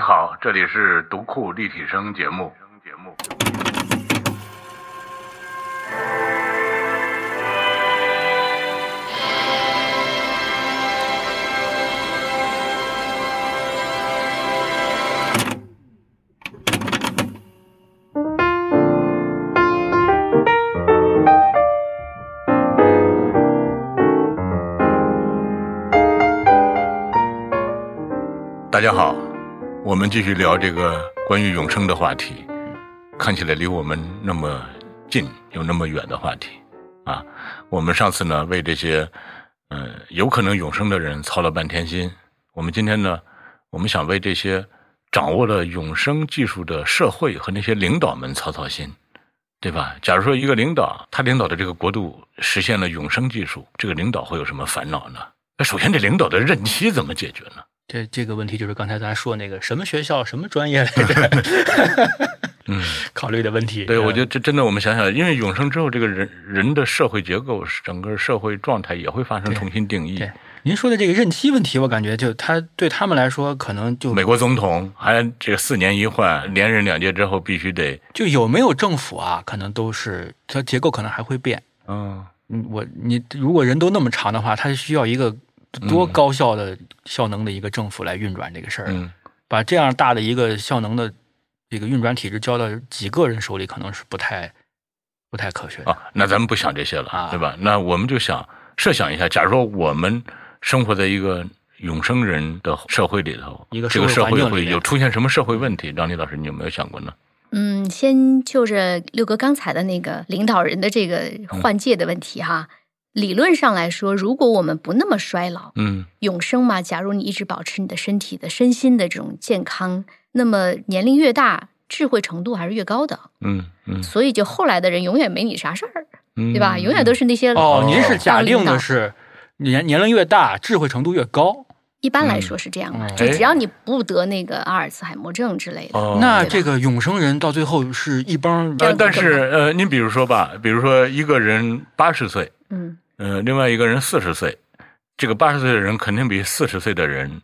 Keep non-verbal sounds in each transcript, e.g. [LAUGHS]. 好，这里是读库立体声节目。大家好，我们继续聊这个关于永生的话题，看起来离我们那么近又那么远的话题啊。我们上次呢为这些嗯、呃有可能永生的人操了半天心，我们今天呢，我们想为这些掌握了永生技术的社会和那些领导们操操心。对吧？假如说一个领导，他领导的这个国度实现了永生技术，这个领导会有什么烦恼呢？那首先，这领导的任期怎么解决呢？这这个问题就是刚才咱说那个什么学校、什么专业来着，嗯， [LAUGHS] 考虑的问题。对，嗯我觉得这真的，我们想想，因为永生之后，这个人人的社会结构、整个社会状态也会发生重新定义对。嗯您说的这个任期问题，我感觉就他对他们来说，可能就美国总统还这个四年一换，连任两届之后必须得，就有没有政府啊，可能都是它结构可能还会变。嗯，嗯，我你如果人都那么长的话，它需要一个嗯多高效的、效能的一个政府来运转这个事儿。嗯，把这样大的一个效能的这个运转体制交到几个人手里，可能是不太不太科学的。啊，那咱们不想这些了，啊对吧？那我们就想设想一下，假如说我们生活在一个永生人的社会里头，一个这个社社会会环境里会面有出现什么社会问题？张丽老师，你有没有想过呢？嗯，先就着六哥刚才的那个领导人的这个嗯换届的问题哈，理论上来说，如果我们不那么衰老，嗯永生嘛，假如你一直保持你的身体的身心的这种健康，那么年龄越大，智慧程度还是越高的，嗯嗯，所以就后来的人永远没你啥事儿，对嗯对吧？永远都是那些哦，您当是假定领导的是年年龄越大，智慧程度越高。一般来说是这样的，嗯就哎只要你不得那个阿尔茨海默症之类的，哦那对吧这个永生人到最后是一帮这呃，样但子更是呃，您比如说吧，比如说一个人八十岁，嗯，呃，另外一个人四十岁，这个八十岁的人肯定比四十岁的人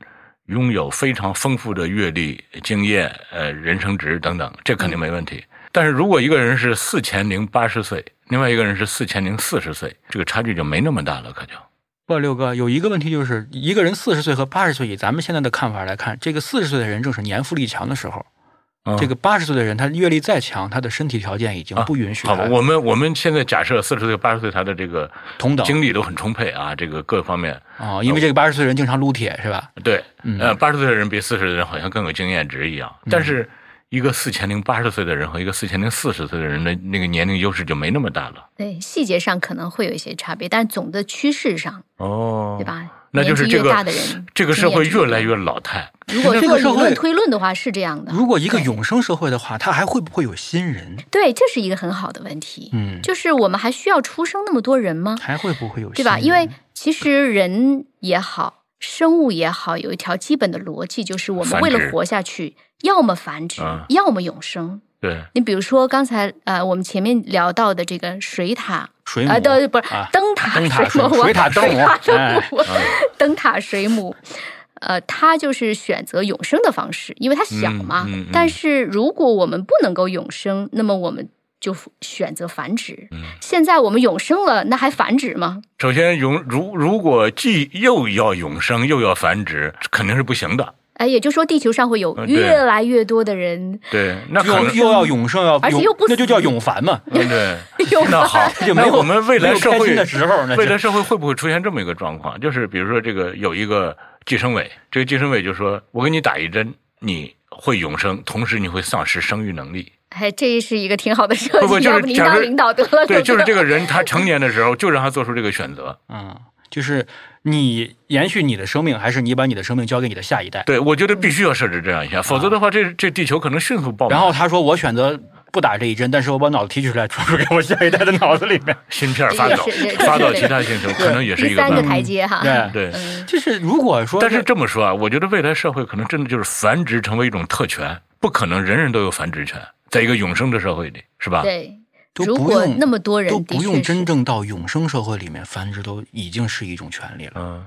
拥有非常丰富的阅历、经验、呃人生值等等，这嗯肯定没问题。但是如果一个人是四千零八十岁，另外一个人是四千零四十岁，这个差距就没那么大了，可就不六哥有一个问题就是，一个人四十岁和八十岁，以咱们现在的看法来看，这个四十岁的人正是年富力强的时候，嗯这个八十岁的人他阅历再强，他的身体条件已经不允许啊好他吧。我们我们现在假设四十岁、八十岁他的这个同等精力都很充沛啊，这个各方面啊、因为这个八十岁的人经常撸铁是吧？对，嗯呃，八十岁的人比四十的人好像更有经验值一样，但是一个四千零八十岁的人和一个四千零四十岁的人的那个年龄优势就没那么大了。对，细节上可能会有一些差别，但总的趋势上，哦对？吧？那就是年纪这越个大的人，这个社会越来经越老态。验如果那这这个个社理会论推论的话是这样的，如果一个对永生社会的话，他还会不会有新人？对，这是一个很好的问题，嗯，就是我们还需要出生那么多人吗？还会不会有对新人？吧？因为其实人也好，生物也好，有一条基本的逻辑，就是我繁们为殖了活下去，要么繁殖，啊要么永生。对，你比如说刚才呃，我们前面聊到的这个水獭，水母啊，对，不是啊灯塔灯塔水母，水水塔灯 [LAUGHS] 水母塔灯哎母，灯塔水母。呃，它就是选择永生的方式，因为它小嘛。嗯嗯嗯但是如果我们不能够永生，那么我们就选择繁殖。嗯现在我们永生了，那还繁殖吗？首先永如如果既又要永生又要繁殖，肯定是不行的。哎，也就是说，地球上会有呃对越来越多的人对，那可又能又要永生，要而且永又不那就叫死永繁嘛。嗯对。有那好， [LAUGHS] 就没有那我们未来社没有开会心的时候呢就未来社会会不会出现这么一个状况？就是比如说，这个有一个计生委，这个计生委就说：“我给你打一针，你会永生，同时你会丧失生育能 [LAUGHS] 力。哎，这是一个挺好的设计，会不会就是要不您假当设领导得了？”对，就是这个。个人，他成年的时候就让他做出这个选择。嗯，就是你延续你的生命，还是你把你的生命交给你的下一代？对，我觉得必须要设置这样一下，否则的话，这这地球可能迅速爆满，啊然后他说我选择不打这一针，但是我把脑子提取出来，传输给我下一代的脑子里 [LAUGHS] 面。芯片发走这也是这，个发到其他星球，可能也是一第个三办个法。台阶哈，嗯对，对，嗯就是如果说，但是这么说啊，我觉得未来社会可能真的就是繁殖成为一种特权，不可能人人都有繁殖权，在一个永生的社会里，是吧？对，都如不果用那么多人都的不确用是真正到永生社会里面繁殖，都已经是一种权利了。嗯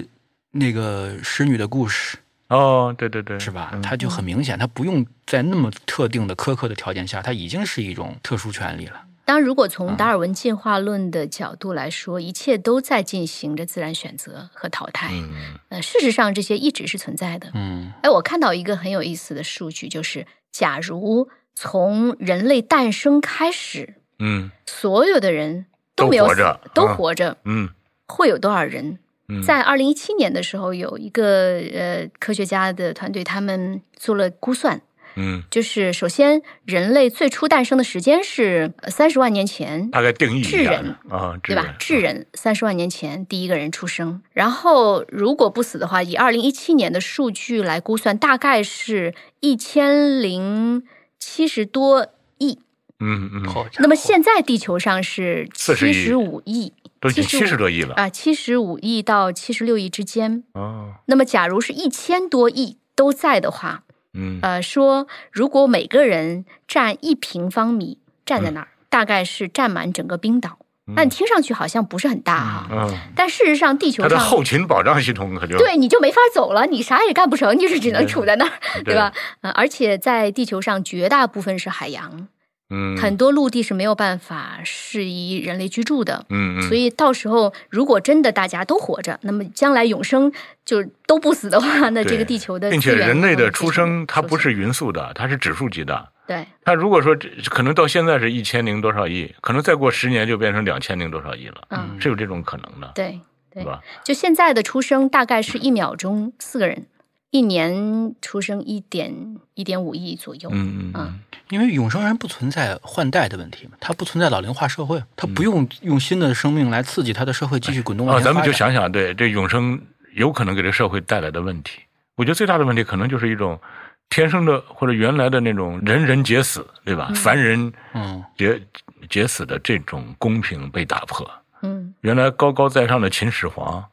呃，那个《使女的故事》哦，对对对，是吧嗯？它就很明显，它不用在那么特定的苛刻的条件下，它已经是一种特殊权利了。当然，如果嗯从达尔文进化论的角度来说，一切都在进行着自然选择和淘汰。嗯呃，事实上这些一直是存在的。嗯哎，我看到一个很有意思的数据，就是假如从人类诞生开始，嗯所有的人都都没有活死着都啊活着，嗯会有多少人？嗯，在二零一七年的时候，有一个呃科学家的团队，他们做了估算，嗯，就是首先人类最初诞生的时间是呃三十万年前，大概定义一智下人啊，对吧？智智人，人三十万年前第一个人出生，然后如果不死的话，以二零一七年的数据来估算，大概是一千零七十多亿。嗯嗯，好家伙那么现在地球上是七40亿十五亿都已经75七十多亿了啊，七十五亿到七十六亿之间。哦，那么假如是一千多亿都在的话，嗯呃，说如果每个人占一平方米站嗯在那儿，大概是占满整个冰岛。那你听上去好像不是很大啊哈、嗯，但事实上，地他球的上后勤保障系统可就对你就没法走了，你啥也干不成，你是只能杵在那儿， [LAUGHS] 对吧？？嗯，而且在地球上，绝大部分是海洋，嗯，很多陆地是没有办法适宜人类居住的。嗯嗯，所以到时候，如果真的大家都活着，那么将来永生就都不死的话，那这对个地球的并且资源人类的会出非常生它不受限是匀速的，它是指数级的。对它如果说这可能到现在是一千零多少亿，可能再过十年就变成两千零多少亿了，嗯是有这种可能的，对对是吧？就现在的出生大概是一秒钟四个人，一年出生一点一点五亿左嗯右。嗯嗯嗯，因为永生人不存在换代的问题嘛，它不存在老龄化社会，它不用用新的生命来刺激它的社会继续滚动往啊，前发嗯咱们就展想想，对这永生有可能给这社会带来的问题，我觉得最大的问题可能就是一种天生的或者原来的那种人人皆死，对吧？凡人嗯皆皆死的这种公平被打破。嗯原来高高在上的秦始皇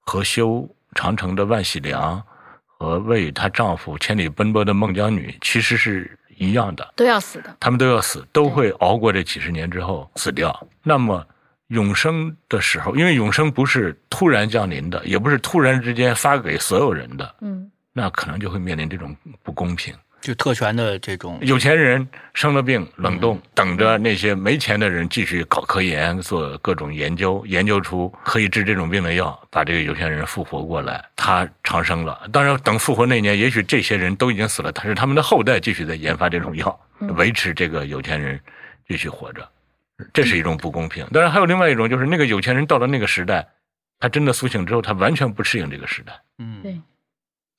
和修长城的万喜良和为她丈夫千里奔波的孟姜女，其实是一样的，都要死的。他们都要死，都会熬过这几十年之后死掉。那么永生的时候，因为永生不是突然降临的，也不是突然之间发给所有人的，嗯那可能就会面临这种不公平。就特权的这种有钱人生了病冷冻，等着那些没钱的人继续搞科研，做各种研究，研究出可以治这种病的药，把这个有钱人复活过来，他长生了。当然，等复活那年，也许这些人都已经死了，但是他们的后代继续在研发这种药，嗯维持这个有钱人继续活着，这是一种不公平。当然，还有另外一种，就是那个有钱人到了那个时代，他真的苏醒之后，他完全不适应这个时代。嗯，对，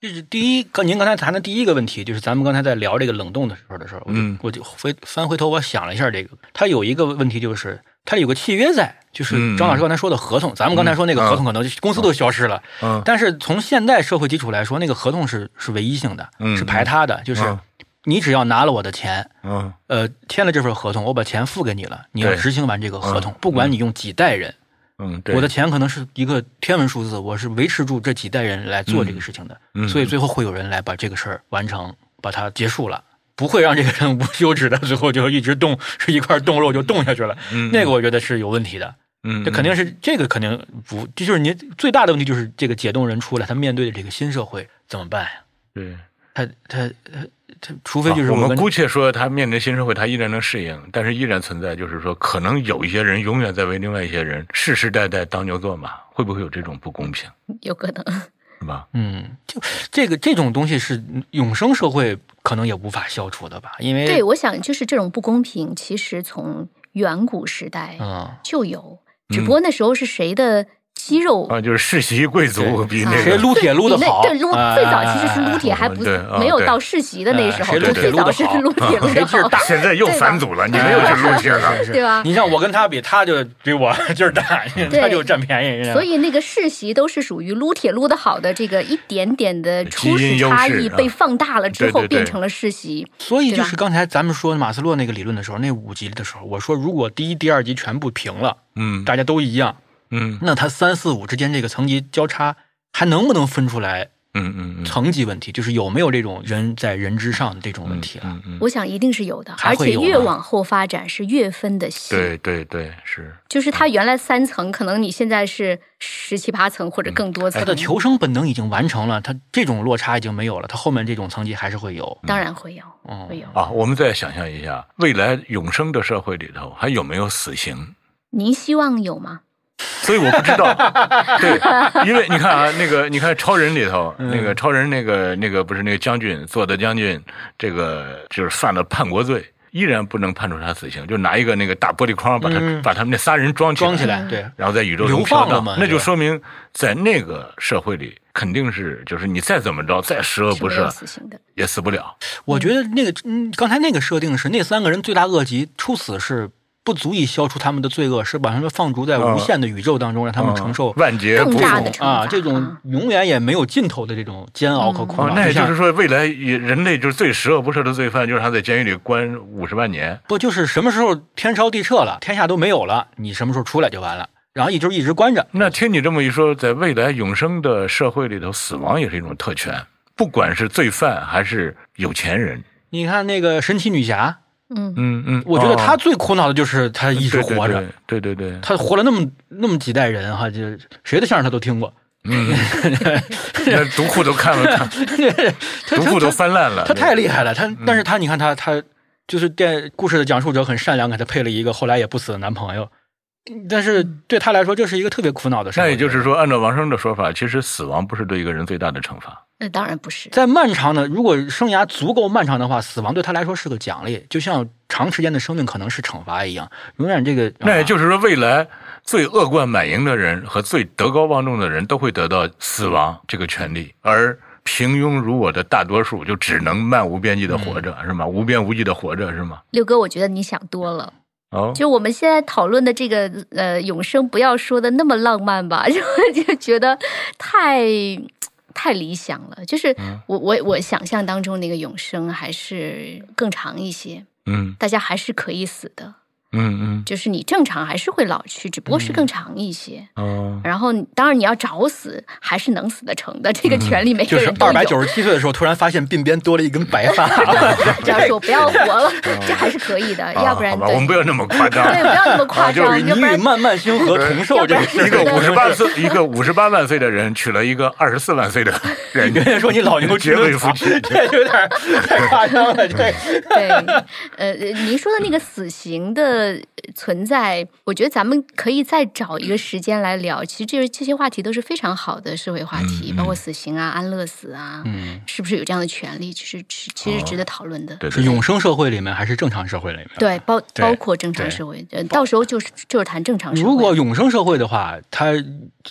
这是第一个。您刚才谈的第一个问题，就是咱们刚才在聊这个冷冻的时候的时候，我就嗯我就回翻回头，我想了一下这个，它有一个问题就是。它有个契约在，就是嗯张老师刚才说的合同。咱们刚才说那个合同，可能就公司都消失了。嗯但是从现代社会基础来说，那个合同是是唯一性的，嗯是排他的。就是嗯你只要拿了我的钱，嗯呃，签了这份合同，我把钱付给你了，你要对执行完这个合同嗯，不管你用几代人，嗯，对，我的钱可能是一个天文数字，我是维持住这几代人来做这个事情的，嗯所以最后会有人来把这个事儿完成，把它结束了。不会让这个人无休止的，最后就一直冻，是一块冻肉就冻下去了。嗯那个我觉得是有问题的，嗯，这肯定是这个肯定不，这就是您最大的问题就是这个解冻人出来，他面对的这个新社会怎么办呀？对。他他他他，除非就是啊我们跟姑且说，他面临新社会，他依然能适应，但是依然存在，就是说，可能有一些人永远在为另外一些人世世代代当牛做马，会不会有这种不公平，有可能。是吧？嗯，就这个这种东西是永生社会可能也无法消除的吧，因哎为对，我想就是这种不公平，其实从远古时代嗯，就有，只不过那时候是谁的肌肉嗯啊，就是世袭贵族对比啊那谁个，撸铁撸的比那好，对撸最早其实是哎撸铁，哎还不对啊没有对到世袭的那时候，哎谁撸就铁最撸得早是 [LAUGHS] 好撸铁撸谁的劲儿好大。现在又对吧反祖了，你没有去撸铁了，对啊吧你像我跟他比，他就比我 [LAUGHS] 劲儿大，他就占便宜。人家所以那个世袭都是属于撸铁撸的好的这个一点点的初基因始优势差异啊被放大了之对对后对变成了世袭，所以就对吧是刚才咱们说马斯洛那个理论的时候，那五级的时候，我说如果第一、第二级全部平了，嗯大家都一样，嗯那他三四五之间这个层级交叉还能不能分出来嗯嗯嗯，层级问题，就是有没有这种人在人之上的这种问题了。嗯嗯，我想一定是有的，还而会且有越吗往后发展是越分的细。啊对对对，是。就是它原来三层，可能你现在是十七八层或者更多层。他的哎求生本能已经完成了，他这种落差已经没有了，他后面这种层级还是会有。当然会有，嗯会有。啊，我们再想象一下，未来永生的社会里头还有没有死刑？您希望有吗？所以我不知 [LAUGHS] 道。对，因为你看啊，那个你看超人里头，嗯那个超人那个那个不是那个将军做的将军，这个就是犯了叛国罪，依然不能判处他死刑，就拿一个那个大玻璃框把他、嗯把他们那仨人装起来，装起嗯来，对，然后在宇宙中流放飘荡了嘛那对就吧说明在那个社会里肯定是就是你再怎么着再十恶呃是不没有赦死刑的。也死不了。我觉得那个，嗯，刚才那个设定是那三个人罪大恶极，处死是不足以消除他们的罪恶，是把他们放逐在无限的宇宙当中，让他们承受嗯万劫不更复。大的惩啊罚嗯这种啊永远也没有尽头的这种煎熬和苦哦恼。，那也就啊像是说，未来也人类就是最十恶不赦的罪犯，就是他在监狱里关五十万年。不就是什么时候天烧地撤了，天下都没有了，你什么时候出来就完了，然后一直一直关着。那听你这么一说，在未来永生的社会里头，死亡也是一种特权，不管是罪犯还是有钱人。你看那个神奇女侠，嗯，嗯嗯，我觉得她哦最苦恼的就是她一直对对活着。对对对，她活了那么那么几代人哈，就谁的相声她都听过， [LAUGHS] 嗯，那毒库都看了，看她毒库她都翻烂了。嗯他太厉害了，他但是他你看他他就是电故事的讲述者很善良，给他配了一个后来也不死的男朋友，嗯但是对他来说这是一个特别苦恼的事。那也就是说，按照王生的说法，其实死亡不是对一个人最大的惩罚。那呃当然不是。在漫长的如果生涯足够漫长的话，死亡对他来说是个奖励，就像长时间的生命可能是惩罚一样，永远这个那也啊就是说，未来最恶贯满盈的人和最德高望重的人都会得到死亡这个权利，而平庸如我的大多数就只能漫无边际的活嗯着，是吗？无边无际的活着，是吗？六哥，我觉得你想多了。哦，就我们现在讨论的这个呃永生，不要说的那么浪漫吧， [LAUGHS] 就就觉得太太理想了。就是我我我想象当中那个永生还是更长一些，嗯大家还是可以死的，嗯就是你正常还是会老去，只不过是更长一些。嗯，哦，然后你，当然你要找死还是能死得成的，这个权利每个嗯就是人都有。二百九十七岁的时候突然发现鬓边多了一根白发，这 [LAUGHS] 样说不要活了，这还是可以的，要不然啊好吧，对我们不要那么夸张。 [LAUGHS] 对不要 [LAUGHS] 那么夸张，啊就是你要不与然漫漫星河同受这个事一个情。五十八岁，一个五十八万岁的人娶了一个二十四万岁的 [LAUGHS] 人，人家说你老 [LAUGHS] 牛结吃嫩为草夫，妻。这 [LAUGHS] 有点太夸张了，这。对，呃，您说的那个死刑的存在，我觉得咱们可以再找一个时间来聊。其实这这些话题都是非常好的社会话题，嗯嗯包括死刑啊、安乐死啊，嗯，哦是不是有这样的权利，就是是其实值得讨论的。对是对，永生社会里面还是正常社会里面？对，包对包括正常社会，呃到时候就是就是谈正常社会。如果永生社会的话，他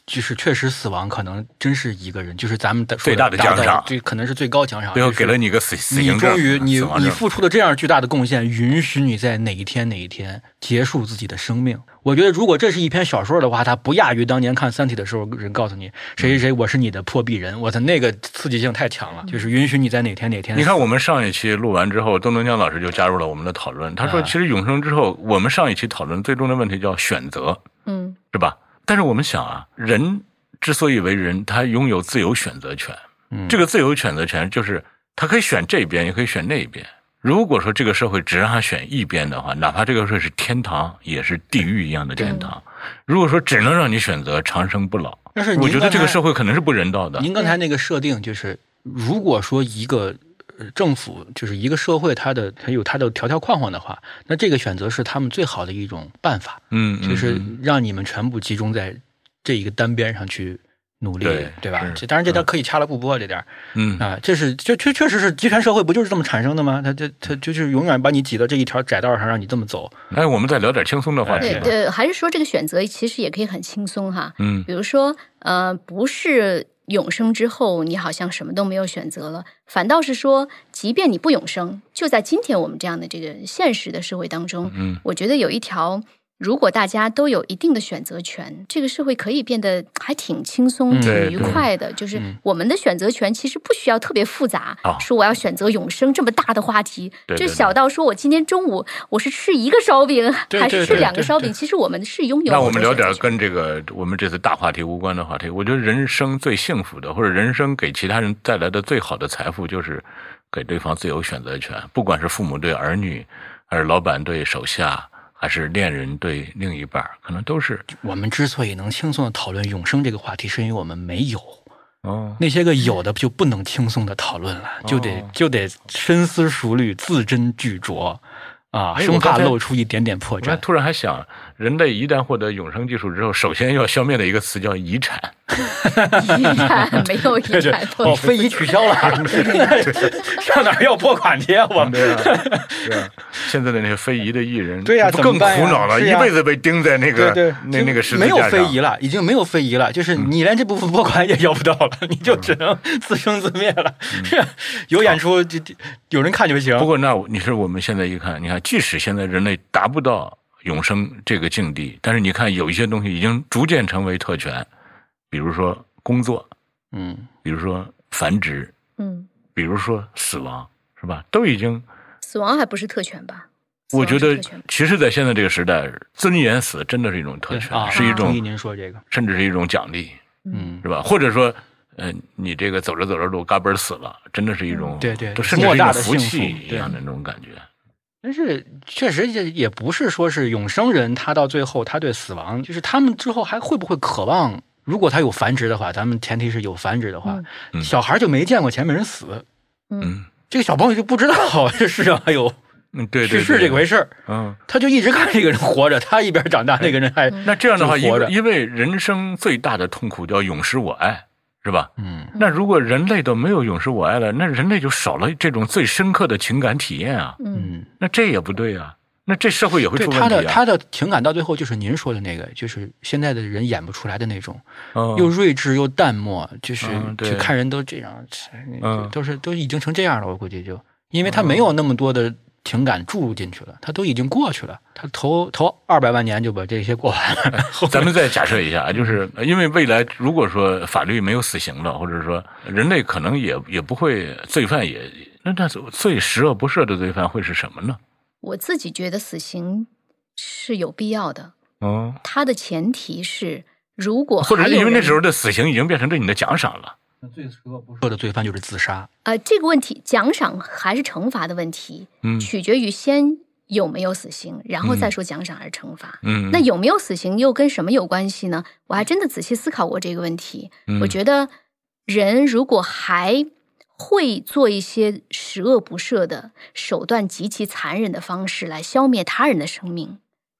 就是确实死亡可能真是一个人，就是咱们的最大的奖赏达到对，可能是最高奖 [LAUGHS] 赏。最后给了你，你一个死死你刑证，终于你死亡你证付出的这样巨大的贡献，允许你在哪一天哪一天结束自己的生命。我觉得如果这是一篇小说的话，它不亚于当年看《三体》的时候人告诉你谁谁谁我是你的破壁人，我的那个刺激性太强了，就是允许你在哪天哪天。你看，我们上一期录完之后，东东江老师就加入了我们的讨论。他嗯说，其实永生之后，我们上一期讨论最终的问题叫选择，嗯，是吧？但是我们想啊，人之所以为人，他拥有自由选择权。嗯这个自由选择权就是他可以选这边，也可以选那边。如果说这个社会只让他选一边的话，哪怕这个社会是天堂，也是地狱一样的天堂。如果说只能让你选择长生不老，但是您我觉得刚这个才社会可能是不人道的。您刚才那个设定就是，如果说一个呃政府就是一个社会，它的它有它的条条框框的话，那这个选择是他们最好的一种办法，嗯，就嗯是嗯让你们全部集中在这一个单边上去努力，对吧是？这当然这点可以掐了不播这点儿嗯啊，这是这确确实是集权社会不就是这么产生的吗？它这它就是永远把你挤到这一条窄道上，让你这么走。哎，我们再聊点轻松的话题对吧。对，还是说这个选择其实也可以很轻松哈。嗯比如说，呃，不是永生之后，你好像什么都没有选择了，反倒是说，即便你不永生，就在今天我们这样的这个现实的社会当中，嗯，我觉得有一条如果大家都有一定的选择权，这个社会可以变得还挺轻嗯松、挺对愉对快的。就是嗯我们的选择权其实不需要特别复杂，哦说我要选择永生这么大的话题，对对就小到说我今天中午我是吃一个烧饼对还是对吃对两个对烧对饼，其实我们是拥有。那我们聊点跟这个我们这次大话题无关的话题。我觉得人生最幸福的，或者人生给其他人带来的最好的财富，就是给对方自由选择权。不管是父母对儿女，还是老板对手下，还是恋人对另一半儿，可能都是我们之所以能轻松的讨论永生这个话题，是因为我们没有哦。那些个有的就不能轻松的讨论了，就得就得深思熟虑、字斟句酌啊，哎我生怕刚才露出一点点破我刚才绽。突然还想，人类一旦获得永生技术之后，首先要消灭的一个词叫遗产。遗 [LAUGHS] 产，没有遗 [LAUGHS] 产不哦，非遗取消 [LAUGHS] 了，上哪儿要拨款去啊？我 [LAUGHS] 们对啊，对啊，现在的那些非遗的艺人，对呀不怎更么苦办呀恼了，是一呀辈子被钉在那个对对，那就那个十字没有架上。嗯非遗了，已经没有非遗了，就是你连这部分拨款也要不到了，你就只能自生自灭了。 [LAUGHS] 是啊有演出就就有人看就行。嗯不过那我你是我们现在一看，你看，即使现在人类达不到永生这个境地，但是你看有一些东西已经逐渐成为特权，比如说工作，嗯，比如说繁殖，嗯，比如说死亡，是吧？都已经，死亡还不是特权吧？死我亡觉是得特权吧，其实，在现在这个时代，尊严死真的是一种特对权，啊，是一同意种，您说这个，甚至是一种奖励，嗯是。吧？或者说。呃，你这个走着走着路，嘎嘣儿死了，真的是一种，嗯对对都甚至是莫一大种的福幸福气一对样的那种感觉。但是确实也也不是说是永生人，他到最后他对死亡，就是他们之后还会不会渴望？如果他有繁殖的话，咱们前提是有繁殖的话，嗯小孩就没见过前面人死，嗯，这个小朋友就不知道 [LAUGHS] 这世上还有嗯，对对对，去世这个回事儿，嗯，他就一直看这个人活着，他一边长大，那个人还那这样的话，就因活着为因为人生最大的痛苦叫永失我爱，是吧？嗯那如果人类都没有永失我爱了，那人类就少了这种最深刻的情感体验啊。嗯嗯，那这也不对啊，那这社会也会对出他问的题啊。他的情感到最后就是您说的那个，就是现在的人演不出来的那种，嗯又睿智又淡漠，就是嗯对去看人都这样，切嗯都是都已经成这样了，我估计就，因为他没有那么多的情感注入进去了，他都已经过去了，他头头二百万年就把这些过完了， [LAUGHS] 后咱们再假设一下，就是因为未来如果说法律没有死刑了，或者说人类可能也也不会罪犯也那那最十恶不赦的罪犯会是什么呢？我自己觉得死刑是有必要的，嗯，它的前提是如果啊或者哦还是有因为那人时候的死刑已经变成对你的奖赏了。最恶不赦的罪犯就是自杀，呃，这个问题奖赏还是惩罚的问题，嗯取决于先有没有死刑，然后再嗯说奖赏还是惩罚。嗯，那有没有死刑又跟什么有关系呢？我还真的仔细思考过这个问题。嗯我觉得人如果还会做一些十恶不赦的手段，极其残忍的方式来消灭他人的生命，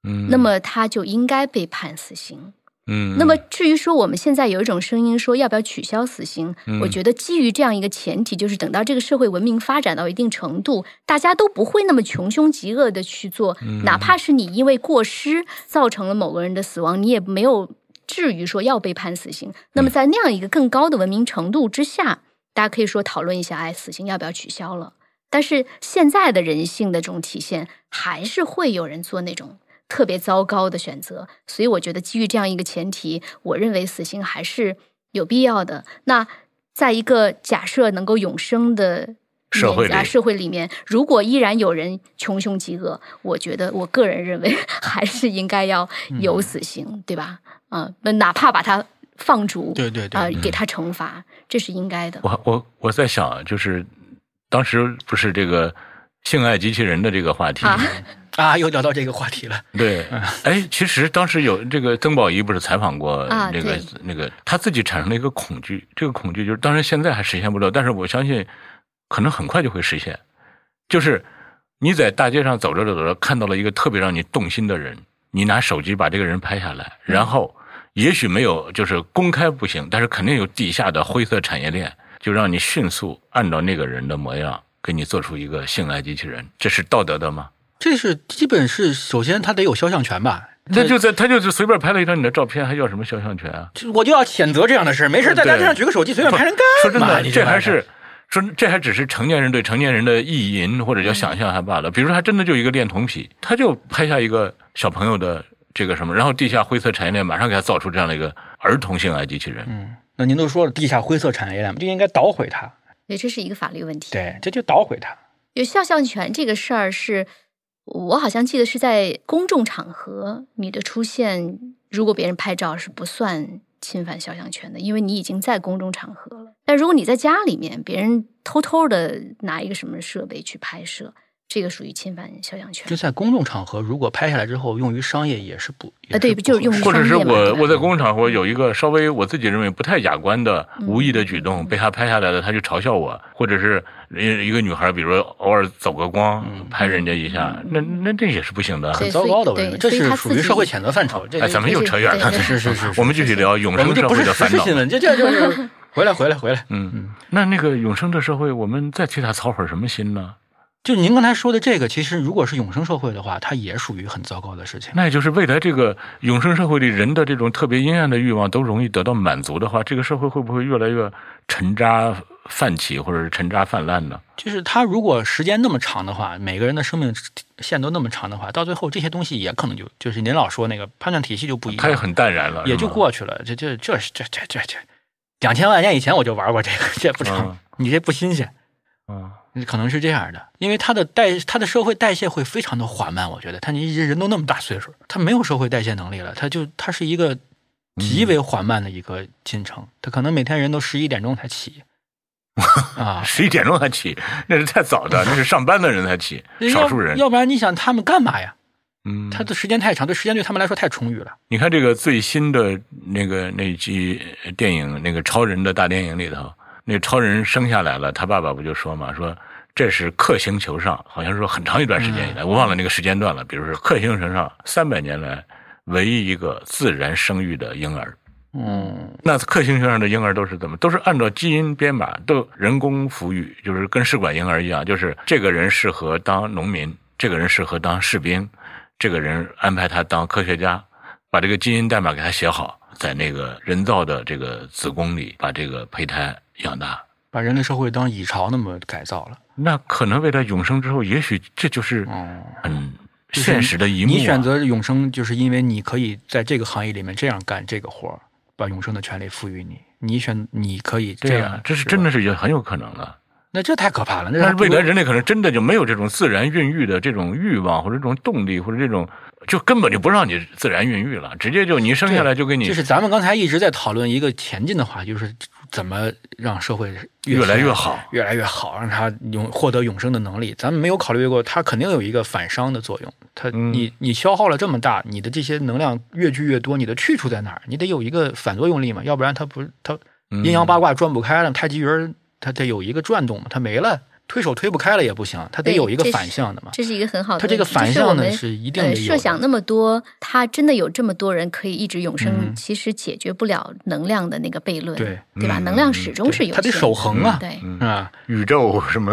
嗯，那么他就应该被判死刑。嗯，那么至于说我们现在有一种声音说要不要取消死刑，我嗯觉得基于这样一个前提，就是等到这个社会文明发展到一定程度，大家都不会那么穷凶极恶的去做，嗯哪怕是你因为过失造成了某个人的死亡，你也没有至于说要被判死刑。那嗯么在那样一个更高的文明程度之下，大家可以说讨论一下，哎，死刑要不要取消了？但是现在的人性的这种体现，还是会有人做那种特别糟糕的选择。所以我觉得，基于这样一个前提，我认为死刑还是有必要的。那在一个假设能够永生的社年会啊里社会里面，如果依然有人穷凶极恶，我觉得我个人认为 [LAUGHS] 还是应该要嗯有死刑，对吧？啊、那哪怕把他放逐，对对对啊、给他惩罚，这是应该的。嗯我我我在想，啊就是当时不是这个性爱机器人的这个话题，啊啊，又聊到这个话题了，对，哎，其实当时有这个曾宝仪不是采访过啊那个、对那个，他自己产生了一个恐惧，这个恐惧就是，当然现在还实现不了，但是我相信可能很快就会实现，就是你在大街上走着走着，看到了一个特别让你动心的人，你拿手机把这个人拍下来，嗯然后也许没有就是公开不行，但是肯定有地下的灰色产业链，就让你迅速按照那个人的模样给你做出一个性爱机器人，这是道德的吗？这是基本是首先他得有肖像权吧。 [LAUGHS] 他就在他就是随便拍了一张你的照片，还要什么肖像权啊？就我就要谴责这样的事儿，没事儿在大街上举个手机随便拍人干嗯说真嘛的，你这玩意还儿是说这还只是成年人对成年人的意嗯淫或者叫想象还罢了。比如说，还真的就一个恋童癖，他就拍下一个小朋友的这个什么，然后地下灰色产业链马上给它造出这样的一个儿童性爱机器人，嗯，那您都说了，地下灰色产业链就应该捣毁它，对，这是一个法律问题。对，这就捣毁它。有肖像权这个事儿是，我好像记得是在公众场合，你的出现如果别人拍照是不算侵犯肖像权的，因为你已经在公众场合了。但如果你在家里面，别人偷偷的拿一个什么设备去拍摄，这个属于侵犯肖像就权。在公众场合，如果拍下来之后用于商业也是不，也啊对不合就是用适于或者是商业嘛对我吧我在公共场合有一个稍微我自己认为不太雅观的嗯无意的举动被他拍下来了，他就嘲笑我，或者是一一个女孩，比如说偶尔走个光嗯拍人家一下，那那这也是不行的。对糟糕的，我所以认为这对所以是他属自于己社会谴责范畴。这哎，咱们又扯远了对，是是是是，我们继续聊永我们生这社不会是的时烦事恼。新闻，这这就是 [LAUGHS] 回来回来回来。嗯，那那个永生的社会，我们再替他操会儿什么心呢？就您刚才说的这个，其实如果是永生社会的话，它也属于很糟糕的事情。那也就是未来这个永生社会里人的这种特别阴暗的欲望都容易得到满足的话，这个社会会不会越来越沉渣泛起，或者是沉渣泛滥呢？就是它如果时间那么长的话，每个人的生命线都那么长的话，到最后这些东西也可能就就是您老说那个判断体系就不一他也样，很淡然了，也就是吗过去了。这这这是这这这这两千万年以前我就玩过这个，这不成嗯，你这不新鲜。嗯可能是这样的，因为他的代他的社会代谢会非常的缓慢，我觉得他你人都那么大岁数，他没有社会代谢能力了，他就他是一个极为缓慢的一个进程，他可能每天人都十一点钟 [LAUGHS] 才起啊，十一点钟才起，那是太早的，那是上班的人才起，少数人。要，要不然你想他们干嘛呀？嗯，他的时间太长，对时间对他们来说太充裕了。你看这个最新的那个那一集电影，那个超人的大电影里头，那个超人生下来了，他爸爸不就说嘛，说这是克星球上，好像说很长一段时间以来，我忘了那个时间段了，比如说克星球上三百年来唯一一个自然生育的婴儿。嗯，那克星球上的婴儿都是怎么？都是按照基因编码，都人工抚育，就是跟试管婴儿一样，就是这个人适合当农民，这个人适合当士兵，这个人安排他当科学家，把这个基因代码给他写好，在那个人造的这个子宫里把这个胚胎养大。把人类社会当蚁巢那么改造了。那可能为他永生之后，也许这就是嗯，很就是现实的一幕、啊。你选择永生，就是因为你可以在这个行业里面这样干这个活儿，把永生的权利赋予你。你选，你可以这对样，啊，这是吧真的。是也很有可能的。那这太可怕了，那但还是不未如来人类可能真的就没有这种自然孕育的这种欲望，或者这种动力，或者这种就根本就不让你自然孕育了，直接就你生下来就给你就是咱们刚才一直在讨论一个前进的话，就是怎么让社会越来善越好。越来越好，让他永获得永生的能力。咱们没有考虑过，它肯定有一个反伤的作用。它嗯你你消耗了这么大，你的这些能量越聚越多，你的去处在哪儿？你得有一个反作用力嘛，要不然它不它嗯阴阳八卦转不开了，太极鱼儿它得有一个转动嘛，它没了，推手推不开了也不行，它得对有一个这是反向的嘛。这是一个很好的它问这题，个反就是我向呢们是一定得呃，有设的。想那么多，他真的有这么多人可以一直永生，嗯其实解决不了能量的那个悖论，对吧？嗯能量始终是对有它限的，得守恒啊对嗯啊，宇宙什么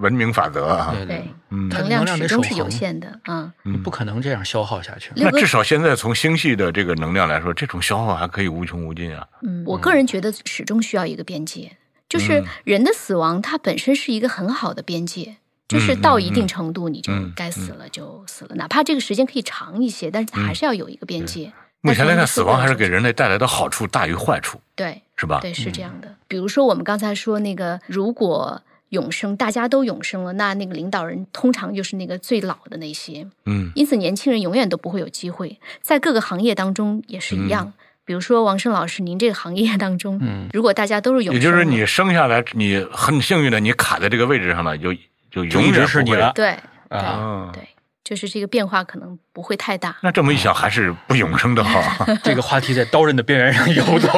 文明法则啊？对对，嗯，它能能量量得始终守是有恒限的啊。你不可能这样消耗下去。那六哥至少现在从星系的这个能量来说，这种消耗还可以无穷无尽啊。嗯，我个人觉得始终需要一个边界，就是嗯人的死亡，它本身是一个很好的边界。就是到一定程度，你就嗯嗯嗯嗯该死了就死了，哪怕这个时间可以长一些，但是它还是要有一个边界。目前来看，死亡还是给啊嗯人人类带来的好处大于坏处，对是吧？对，是这样的。比如说我们刚才说那个，如果永生，大家都永生了，那那个领导人通常就是那个最老的那些，嗯因此年轻人永远都不会有机会。在各个行业当中也是一嗯样。比如说王生老师，您这个行业当中，嗯如果大家都是永也生，就是你生下来，你很幸运的，你卡在这个位置上了，就就就永一远直是你不会了。对对、啊啊。对，就是这个变化可能不会太大。那这么一想，还是不永生的 [LAUGHS] 好。这个话题在刀刃的边缘上游 [LAUGHS] 走。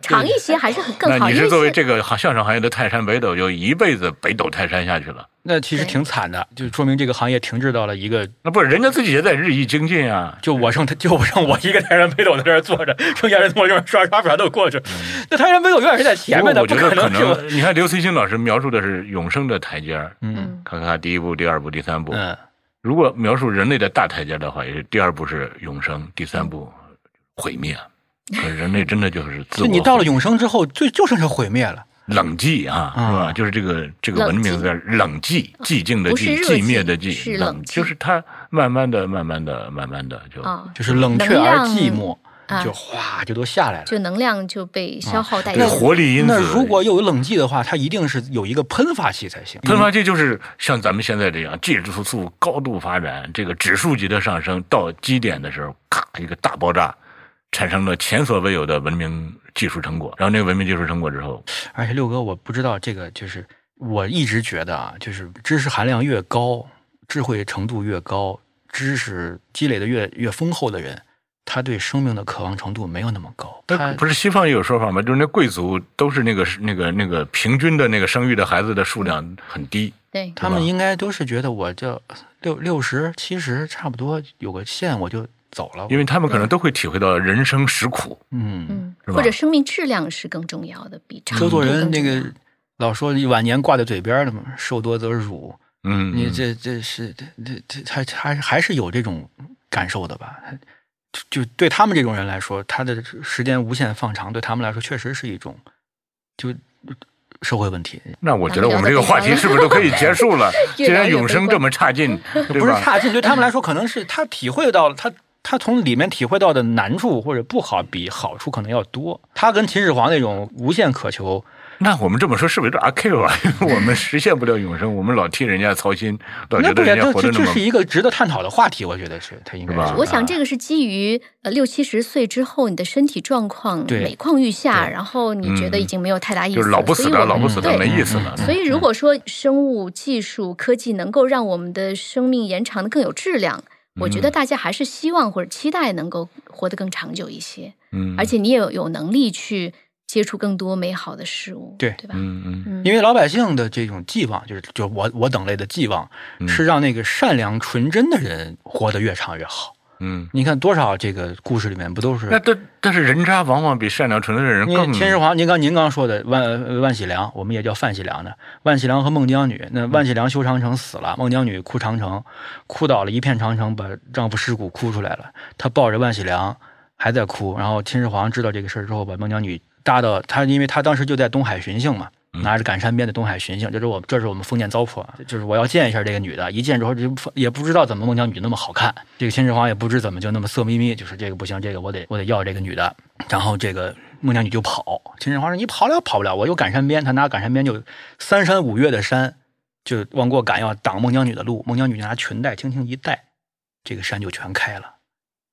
长一些还是很更那好，你因是为作为现这个行相声行业的泰山北斗，就一辈子北斗泰山下去了。那其实挺惨的，就说明这个行业停滞到了一个，那不是人家自己也在日益精进啊。就我剩他，就我剩我一个泰山北斗在这儿坐着，剩下人从我这边刷刷刷都过去。那泰山北斗永远是在前面的，不过我觉不得可能是我能，你看刘慈欣老师描述的是永生的台阶儿，嗯嗯，看看第一步、第二步、第三步。嗯，如果描述人类的大台阶的话，也是第二步是永生，第三步 [LAUGHS] 毁灭。可是人类真的就是自就我。你到了永生之后，就就剩下毁灭了。冷寂啊，嗯是吧？就是这个这个文明的冷寂，寂静的啊不是寂，热寂灭寂的是寂，冷冷寂就是它慢慢的、慢慢的、慢慢的就啊，就是冷却而寂寞，啊就哗就都下来了。就能量就被消耗殆啊对尽。活力因哎那子。如果有冷剂的话，它一定是有一个喷发器才行。嗯喷发器就是像咱们现在这样，技术速高度发展，这个指数级的上升到基点的时候，咔一个大爆炸，产生了前所未有的文明技术成果。然后那个文明技术成果之后，而且六哥，我不知道这个，就是我一直觉得啊，就是知识含量越高，智慧程度越高，知识积累的越越丰厚的人，他对生命的渴望程度没有那么高。那他不是西方也有说法吗？就是那贵族都是那个那个那个平均的那个生育的孩子的数量很低，对，他们应该都是觉得我这六六十七十差不多有个线我就走了。因为他们可能都会体会到人生实苦。嗯，嗯，是吧或者生命质量是更重要的，比长周度作更重人要。那个老说晚年挂在嘴边的嘛，受多则辱。嗯，你这这是这这他他还是有这种感受的吧？他就对他们这种人来说，他的时间无限放长，对他们来说确实是一种就社会问题，那我觉得我们这个话题是不是都可以结束 [LAUGHS] 了？既越聊越然永生这么差劲，对不是吧？差劲。对他们来说，可能是他体会到了他。他从里面体会到的难处或者不好，比好处可能要多。他跟秦始皇那种无限渴求，那我们这么说是不是有点阿 Q 啊？ [LAUGHS] 因为我们实现不了永生，我们老替人家操 [LAUGHS] 心，老觉那不得也人家这活这得那这么是一个值得探讨的话题，我觉得是他应该是吧是我想这个是基于呃六七十岁之后你的身体状况对每况愈下，对然后你觉得已经没有太大意嗯思就了，是老不死所以的，我们老不死的对嗯没意思了。所以，如果说生物技术科技能够让我们的生命延长的更有质量，我觉得大家还是希望或者期待能够活得更长久一些，嗯，而且你也有能力去接触更多美好的事物，对对吧？嗯嗯嗯，因为老百姓的这种寄望，就是就我我等类的寄望，嗯是让那个善良纯真的人活得越长越好。嗯，你看多少这个故事里面不都是那？但但是人渣往往比善良纯粹的人因为更秦始皇，您刚您刚说的万呃万喜良，我们也叫范喜良的万喜良和孟姜女。那万喜良修长城死了，孟姜女哭长城，哭倒了一片长城，把丈夫尸骨哭出来了。她抱着万喜良还在哭，然后秦始皇知道这个事儿之后，把孟姜女搭到他，因为他当时就在东海巡幸嘛，拿着赶山鞭的东海巡幸，这是我这是我们封建糟粕啊，就是我要见一下这个女的，一见之后就不也不知道怎么孟姜女那么好看，这个秦始皇也不知怎么就那么色眯眯，就是这个不行，这个我得我得要这个女的，然后这个孟姜女就跑，秦始皇说你跑了跑不了，我有赶山鞭，他拿赶山鞭就三山五岳的山就往过赶，要挡孟姜女的路，孟姜女就拿裙带轻轻一带，这个山就全开了。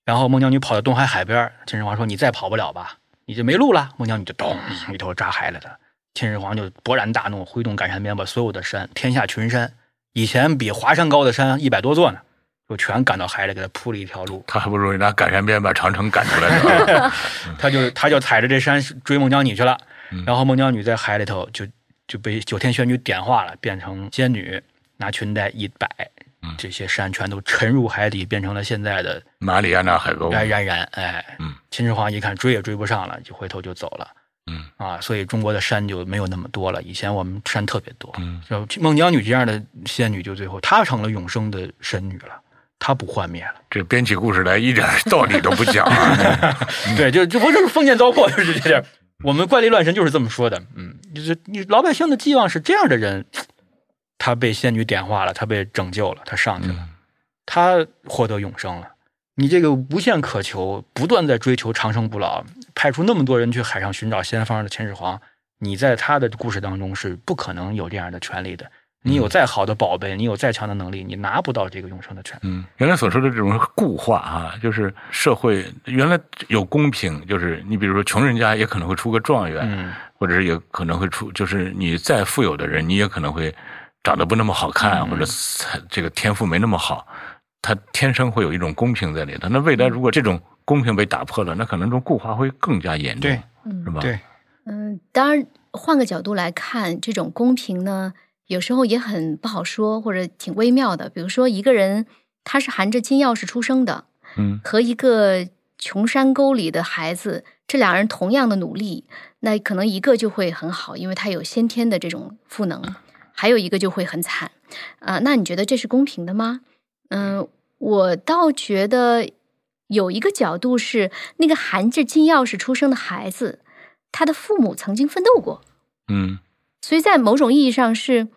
然后孟姜女跑到东海海边儿，秦始皇说：“你再跑不了吧，你就没路了。”孟姜女就咚一头扎海里了。秦始皇就勃然大怒，挥动赶山鞭，把所有的山，天下群山，以前比华山高的山一百多座呢，就全赶到海里，给他铺了一条路。他还不如拿赶山鞭把长城赶出来呢。 [LAUGHS] 他就他就踩着这山追孟姜女去了。然后孟姜女在海里头就就被九天玄女点化了，变成仙女，拿裙带一摆，这些山全都沉入海底，变成了现在的马里亚纳海沟，冉冉冉，哎，哦嗯秦始皇一看追也追不上了，就回头就走了。嗯啊，所以中国的山就没有那么多了。以前我们山特别多，嗯就孟姜女这样的仙女，就最后她成了永生的神女了，她不幻灭了。这编起故事来一点道理都不讲啊！ [LAUGHS] 对，就就不就是封建糟粕，就是这点。我们怪力乱神就是这么说的，嗯，就是你老百姓的寄望是这样的人，他被仙女点化了，他被拯救了，他嗯上去了，他获得永生了。你这个无限渴求，不断在追求长生不老，派出那么多人去海上寻找仙方的秦始皇，你在他的故事当中是不可能有这样的权利的。你有再好的宝贝，你有再强的能力，你拿不到这个永生的权利。嗯，原来所说的这种固化啊，就是社会原来有公平，就是你比如说穷人家也可能会出个状元，嗯或者是也可能会出，就是你再富有的人，你也可能会长得不那么好看，或嗯者才这个天赋没那么好，他天生会有一种公平在里头。那未来如果这种公平被打破了，那可能这种固化会更加严重，对是吧？对，嗯，当然，换个角度来看，这种公平呢，有时候也很不好说，或者挺微妙的。比如说，一个人他是含着金钥匙出生的，嗯，和一个穷山沟里的孩子，这两人同样的努力，那可能一个就会很好，因为他有先天的这种赋能，还有一个就会很惨。啊、那你觉得这是公平的吗？嗯、我倒觉得有一个角度是，那个含着金钥匙出生的孩子，他的父母曾经奋斗过，嗯所以在某种意义上是，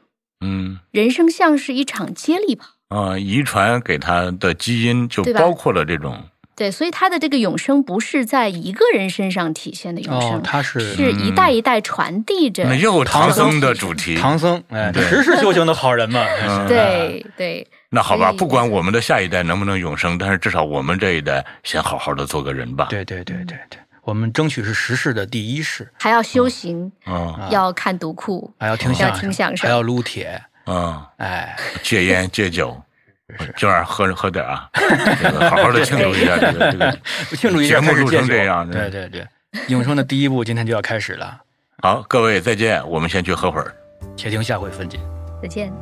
嗯人生像是一场接力跑。啊，遗传给他的基因就对吧包括了这种对，所以他的这个永生不是在一个人身上体现的永生，哦，他是是一代一代传递着。那又唐僧的主题。唐僧，哎，对十世修行的好人嘛，嗯对对，那好吧，所以不管我们的下一代能不能永生，但是至少我们这一代先好好的做个人吧。，对对对对对，我们争取是十世的第一世，还要修行，嗯要看读库，还要听要相听相声还要撸铁，嗯，哎，戒烟戒酒，娟儿喝喝点啊，这个好好的庆祝一下这个这个。庆祝一节下目开始录戒成这酒样对对对，永生的第一步今天就要开始了，好，各位再见，我们先去喝会儿。且听下回分解。再见。